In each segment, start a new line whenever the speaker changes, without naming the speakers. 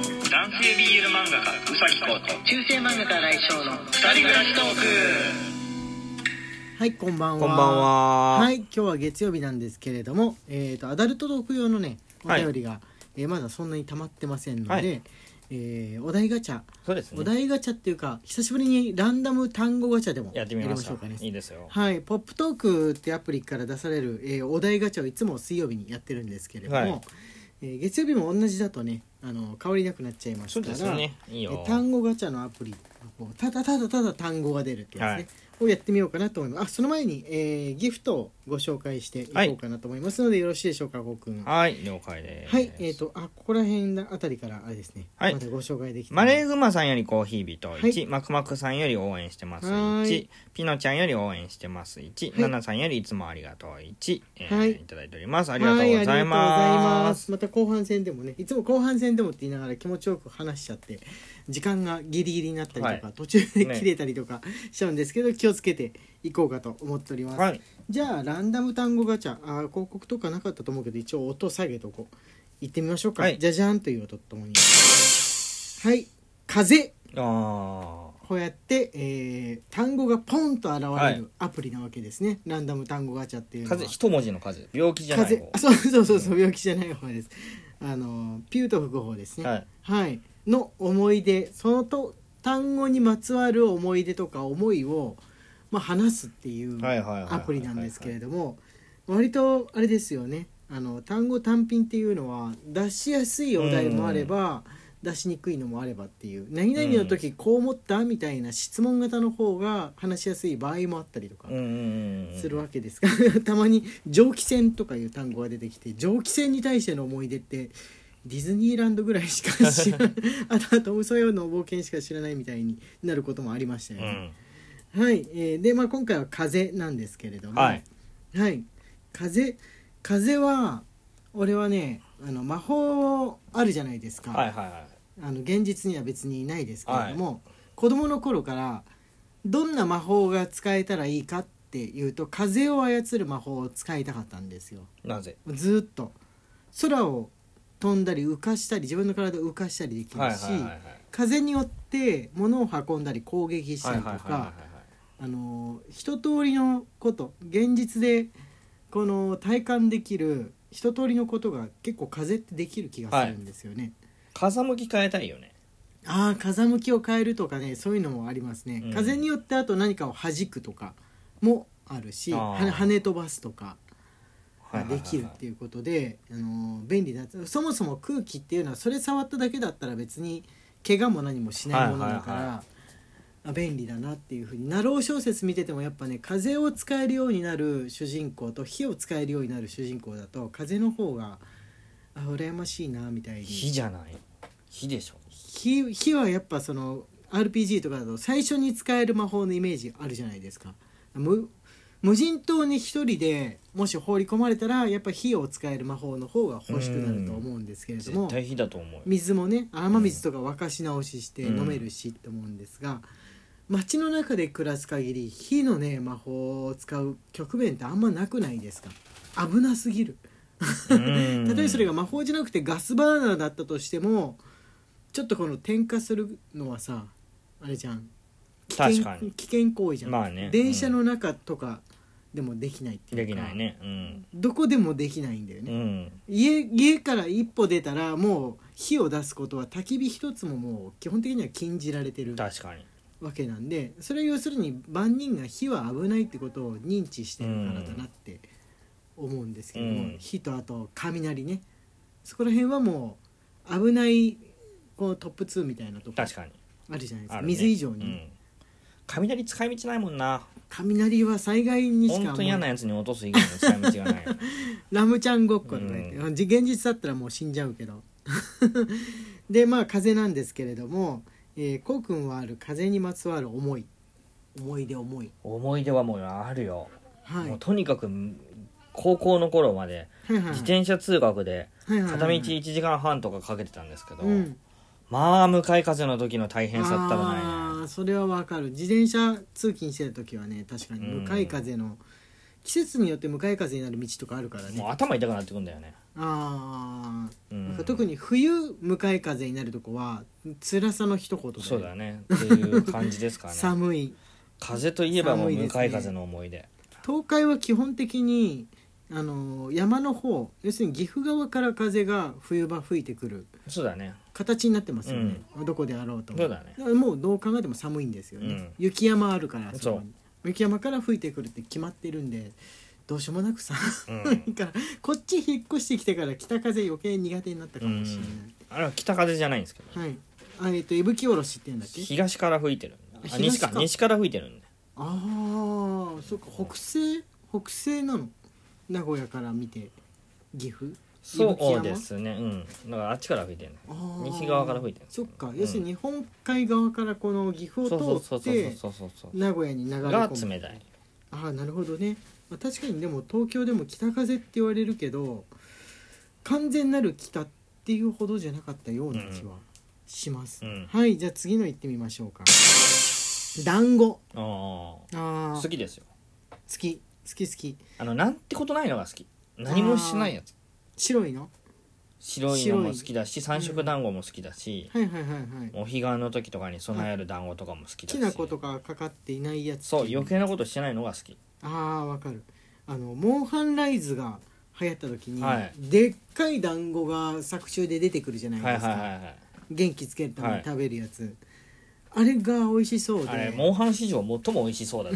系 BL 漫画家うさぎこと
中世漫画家来翔の二
二人暮らしトーク
はいこんばんは
こんばんは。
はい今日は月曜日なんですけれどもえっ、とアダルトトーク用のねお
はい
便りが、えーまだそんなに溜まってませんので、
はい
えーお題ガチャ
そうです
お
ね。
題ガチャっていうか久しぶりにランダム単語ガチャでも
やってみまし
やりましょ
た
うかね。
いいですよ。
はい、ポップトークってアプリから出される、えーお題ガチャをいつも水曜日にやってるんですけれども、
はい
えー月曜日も同じだとねあの変わりなくなっちゃいま
そ
す
う
か
で
ら
すね。いい
え
よ
ー。単語ガチャのアプリの方ただただただ単語が出るってやつね、をやってみようかなと思いますあその前に、えーギフトをご紹介していこうかなと思いますので、よろしいでしょうかごくんは
はい、了解です。
いえっ、とあここら辺あたりからあれですね、
はい
まだご紹介できてな
マ
い
レーグマさんよりコーヒー人
はい
1、マクマクさんより応援してます
はー
1
い、
ピノちゃんより応援してます1、
はい
ナナさんよりいつもありがとう1、えー
はい
いただいております。ありがとうござ
は
い
いありがとうござい
ま。
ますすまた後半戦でもねいつも後半戦でもって言いながら気持ちよく話しちゃって時間がギリギリになったりとか、
はい
途中で
ね
切れたりとかしちゃうんですけど、気をつけていこうかと思っております、
はい、
じゃあランダム単語ガチャあー広告とかなかったと思うけど一応音下げとこう行ってみましょうか、
はい
じゃじゃんという音とともにはい風
あ
こうやって、えー単語がポンと現
は
れ
い
るアプリなわけですね、ランダム単語ガチャっていう
ー
のは
風、一文字の風、病気じゃない
風
方
あ。 そうそうそうそう病気じゃない方ですあのピューと吹く方ですね
はい、
はいの思い出そのと単語にまつわる思い出とか思いを、まあ、話すっていう
はいはいはいはい
アプリなんですけれども割とあれですよねあの単語単品っていうのは出しやすいお題もあれば、出しにくいのもあればっていう何々の時こう思ったみたいな質問型の方が話しやすい場合もあったりとか、
うんうんうんうん。
するわけですが たまに蒸気船とかいう単語が出てきて蒸気船に対しての思い出ってディズニーランドぐらいしか知ら ないあとあと嘘よの冒険しか知らないみたいになることもありましたよ
う
ね。
ん。
はい、えーで、まあ、今回は風なんですけれども、
はい、
はい、風風は俺はねあの魔法あるじゃないですか、
はいはいは
あの現実には別にいないですけれども、子供の頃からどんな魔法が使えたらいいかっていうと風を操る魔法を使いたかったんですよ
い。なぜ
ずーっと空を飛んだり浮かしたり自分の体を浮かしたりでき
はい
る
はい
し、
はいはい。
風によって物を運んだり攻撃した
はい
り
はい
と
はいはい
かあのー一通りのこと現実でこの体感できる一通りのことが結構風ってできる気がするんですよね。
風向き変えたいよね。
ああ風向きを変えるとかねそういうのもありますね、
うん
風によってあと何かを弾くとかもあるし
あー
は跳ね飛ばすとか
はい
が
は
で
いはいはい
きるっていうことで、あのー便利だそもそも空気っていうのはそれ触っただけだったら別に怪我も何もしないものだから、
はいはい
あ便利だなっていうふうにナロー小説見ててもやっぱね風を使えるようになる主人公と火を使えるようになる主人公だと風の方があ羨ましいなみたいに
火じゃない。火でしょ。
火火はやっぱその RPG とかだと最初に使える魔法のイメージあるじゃないですか無無人島に一人でもし放り込まれたらやっぱ火を使える魔法の方が欲しくなると思うんですけれど
絶
も
対火だと思うよ。
水もね雨水とか沸かし直しして
うん
飲めるしって思うんですが街の中で暮らす限り火のね魔法を使う局面ってあんまなくないですか危なすぎる
うん
例えばそれが魔法じゃなくてガスバーナーだったとしてもちょっとこの点火するのはさあれじゃん危険
確かに
危険行為じゃん、
まあね
電車の中とかでもできないっていう
で
か
きないねうん、
どこでもできないんだよ
う
ね、
ん、
家家から一歩出たらもう火を出すことは焚き火一つももう基本的には禁じられてる
確かに
わけなんでそれは要するに万人が火は危ないってことを認知してるからだなって思うんですけども、
うん
火とあと雷ねそこら辺はもう危ないこのトップ2みたいなとこ
確かに
あるじゃないです
あ
か、
るね
水以上に、
うん雷使い道ないもんな
雷は災害にしか
本当に嫌
も
な
う
やつに落とす以外の使い道 がない
ラムちゃんごっことかね、
う
現実だったらもう死んじゃうけど でまあ風なんですけれども、えー、こうくんはある風にまつわる思い思い出思い
思い出はもうあるよ、
はい
もうとにかく高校の頃まで
はいはい
自転車通学で
はいはいはい
片道1時間半とかかけてたんですけど、
うん、
まあ向かい風の時の大変さったら
あ
ない
ー
ね
それはわかる自転車通勤してる時はね確かに
うん
向かい風の、季節によって向かい風になる道とかあるからね
もう頭痛くなってくんだよね
ああ、
うん
わか特に冬向かい風になるとこは辛さの一言で
そうだねっていう感じですか ね
寒い
風といえばもう
寒いですね
向かい風の思い出
東海は基本的にあの山の方要するに岐阜側から風が冬場吹いてくる
そうだね
形になってますよね、どこであろうとも
そうだね
からもうどう考えても寒いんですよね、
うん
雪山あるから
そう
そこに雪山から吹いてくるって決まってるんでどうしようもなくさ、
うん
からこっち引っ越してきてから北風余計苦手になったかもしれない、
あれは北風じゃないんですけど
はいあえっ、と伊吹おろしって言うんだっけ
東から吹いてる
あ
あ西か
東か
西から吹いてるんで
ああそっか北西北西なの名古屋から見て岐阜
そうですねうんだからあっちから吹いてるね
あー
西側から吹いてる
そっか
うん
要するに日本海側からこの岐阜
そうそ
を
う
通
そ
っ
うそう
て
そうそうそう
名古屋に流れ
が
込む
冷たい
ああなるほどね、まあ、確かにでも東京でも北風って言われるけど完全なる北っていうほどじゃなかったような気はします、
うん
はいじゃあ次の行ってみましょうか団子
ああ
あ
好
ー好
きですよ
き好き好き
あのなんてことないのが好き何もしないやつ
白いの
白いのも好きだし三色団子も好きだし、
はいはいはいはい
お彼岸の時とかに備える団子とかも好きだし、
きな粉とかかかっていないやつ
そう余計なことしてないのが好き
あーわかるあのモンハンライズが流行った時に、
はい
でっかい団子が作中で出てくるじゃない
はい
で
はい
すか、
はいはい
元気つけるために食べるやつ、あれが美味しそうで
あれモンハン史上最も美味しそうだっ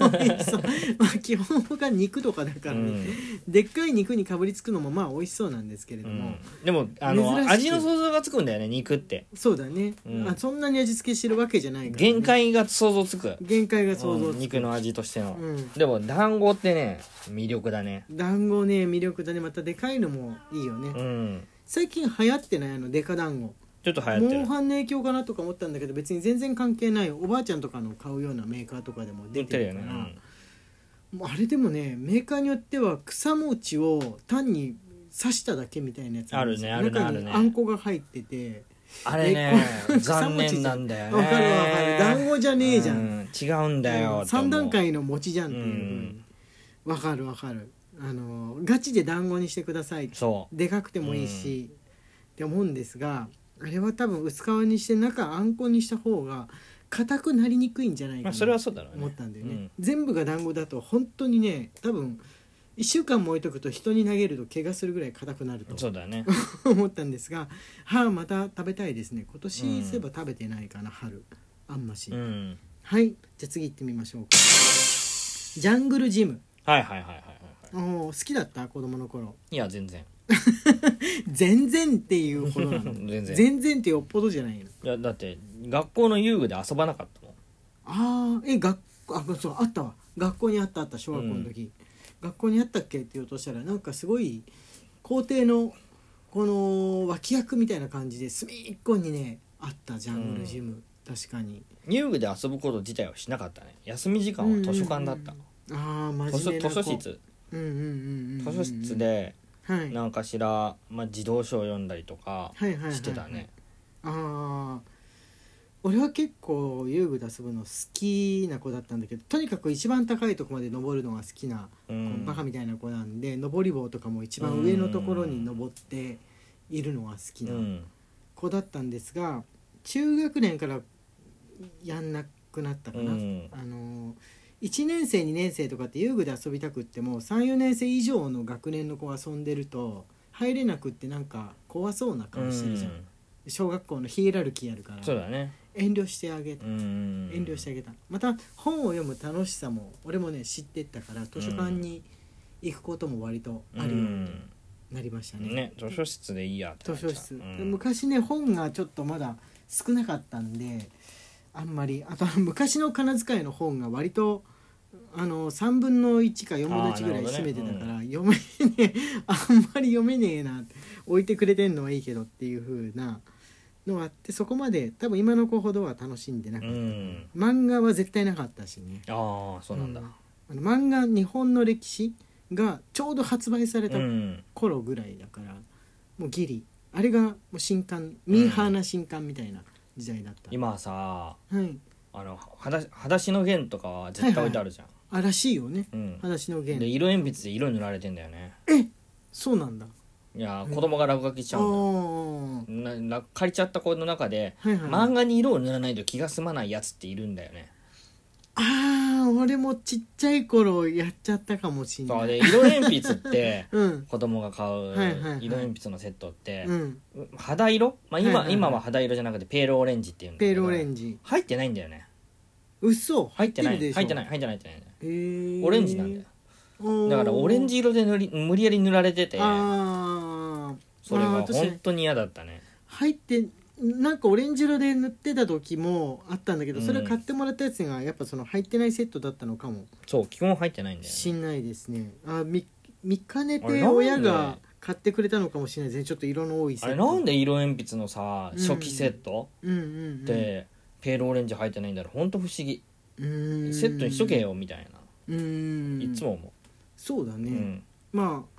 た、
美味し そうまあ基本僕は肉とかだから
う
ね、
ん
でっかい肉にかぶりつくのもまあ美味しそうなんですけれ
う
ども、
ん、でもあの
珍しく
味の想像がつくんだよね肉って
そうだね、
うん
あそんなに味付けしてるわけじゃないから、ね、
限界が想像つく
限界が想像つく、
うん肉の味としての、
うん
でも団子ってね魅力だね
団子ね魅力だねまたでかいのもいいよね、
うん
最近流行ってないあのデカ団子
ちょっと流行って
モ
る
ンハンの影響かなとか思ったんだけど別に全然関係ないおばあちゃんとかの買うようなメーカーとかでも
売
出
って
て
る
る
よ
か
ね、
ら
うん
もうあれでもねメーカーによっては草餅を単に刺しただけみたいなやつなんですよ
あるね
中
あるね
に
あるね
あんこが入ってて
あれね
えこれ
残念なんだよね
わかるわかる団子じゃねえじゃん
うん違うんだよと思
3
う
段階の餅じゃんっていううんわ、かるわかるあのガチで団子にしてください
そう
でかくてもいいし、って思うんですがあれは多分薄皮にして中あんこにした方が硬くなりにくいんじゃないか
まあ
な
それはそうだろうね
思ったんだよ
う
ね、全部が団子だと本当にね多分1週間も置いとくと人に投げると怪我するぐらい硬くなると
そうだね
思ったんですがはあまた食べたいですね今年
うん
そういえば食べてないかな春あんまし、
うん
はいじゃあ次行ってみましょうかジャングルジム
はいはいはいはいはいはい
おー好きだった子供の頃
いや全然
全然っていうほどなの
全然
全然ってよっぽどじゃないの
いやだって学校の遊具で遊ばなかったも
あ
ん
あえ学あそうあったわ学校にあったあった小学校の時、学校にあったっけって言おうとしたらなんかすごい校庭のこの脇役みたいな感じで隅っこにねあったジャングルジム、確かに
遊具で遊ぶこと自体はしなかったね休み時間は図書館だった、
ああ
図
真
書
面目な子
図書室
うんうんうんうんうん
図書室で
はい
何かしら、まあ、児童書を読んだりとか
はいはいはいはい
してたね
ああ俺は結構遊具で遊ぶの好きな子だったんだけどとにかく一番高いとこまで登るのが好きな、
う
こうんバカみたいな子なんで登り棒とかも一番上のところに登っているのが好き
う
なん子だったんですが中学年からやんなくなったかな。
うん
あのー1年生2年生とかって遊具で遊びたくっても34年生以上の学年の子が遊んでると入れなくってなんか怖そうな顔してるじゃん、小学校のヒエラルキーやるから
そうだね
遠慮してあげ
う
た、
ん
遠慮してあげたまた本を読む楽しさも俺もね知ってったから図書館に行くことも割とあるよう
う
に
ん
なりましたね,、
ね図書室でいいやって
図
な
書
っちゃう
室、
うん
で昔ね本がちょっとまだ少なかったんであんまりあとあの昔の金遣いの本が割とあの3分の1か4分の1ぐらい占めてたから、読めねえ あんまり読めねえな置いてくれてんのはいいけどっていう風なのがあってそこまで多分今の子ほどは楽しんでなか
う
った、
ん
漫画は絶対なかったしね
ああそうなんだ
うんあの漫画「日本の歴史」がちょうど発売された
うん
頃ぐらいだから、もうギリあれがもう新刊ミーハーな新刊みたいな時代だった、
今はさ
はい
あの裸足裸足の弦とかは絶対置いてあるじゃん、
あらしいよね
うん
話の
で
原
色鉛筆で色塗られてんだよね
そうなんだ
いやー子供が落書きしちゃうんだよ
ああ
なな借りちゃった子の中で、
はいはい
漫画に色を塗らないと気が済まないやつっているんだよね。
あー俺もちっちゃい頃やっちゃったかもしん
そう
ない
で色鉛筆 って
うん
子供が買う
はいはいはい
色鉛筆のセットって、
うん
肌色、まあ今
はいはいはい
今は肌色じゃなくてペールオレンジっていうんだ
ペ
け
ー
ど
ルオレンジ
入ってないんだよね
うっそ
入ってない
るでしょ
入ってない入ってない入ってない
へー
オレンジなんだよだからオレンジ色で塗り無理やり塗られてて
あー
それ
あ
が
ー確かに
本当に嫌だったね
入ってなんかオレンジ色で塗ってた時もあったんだけどそれ買ってもらったやつがやっぱその入ってないセットだったのかも
そう基本入ってないんだよね
しんないですねあ見見かね
あれ
て
なんで
親が買ってくれたのかもしれないですねちょっと色の多いセ
あ
ット
れなんで色鉛筆のさ
うん
初期セット
うんうん、うん、
ってペールオレンジ入ってないんだろ本当不思議
うーん
セットにしとけよみたいう
ー
なんいつも思
そうだ
う
ね、
うん
まあ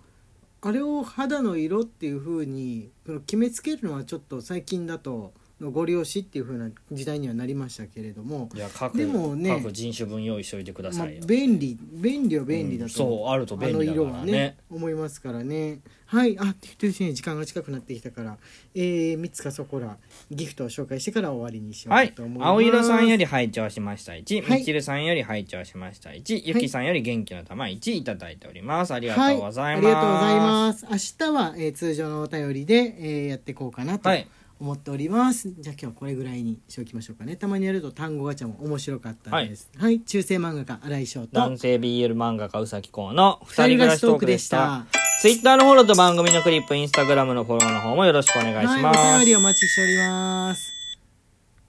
あれを肌の色っていう風にその決めつけるのはちょっと最近だとのご利用しっていう風な時代にはなりましたけれども、
いや各
でもね
各人種分用意しといてくだ
ま
さ
あ
いよ
便利便利は便利だと
うん
思う、
そうあると
あ
便
の
利だ
色
から
は
ね
ね思いますからねはいあっていうね時間が近くなってきたからえー、三つかそこらギフトを紹介してから終わりにしよう
は
か
い
と思い。ます、
青色さんより拝聴しました1、
はい
みちるさんより拝聴しました1、ゆきさんより元気の玉1いただいております。ありが
は
と
いう
ございます。
ありがとうございます明日は、えー通常のお便りで、えーやっていこうかなと
はい
思っております、じゃあ今日はこれぐらいにしておきましょうかねたまにやると単語ガチャも面白かったですはい、中世漫画家新井翔と
男性 BL 漫画家うさきこうの二
二人
人暮
暮
ら
ら
し
し
ト
ト
ー
ー
ク
ク
で
で
し
したた。
Twitter のフォローと番組のクリップ、Instagram のフォローの方もよろしくお願いします。
はいお便りお待ちしております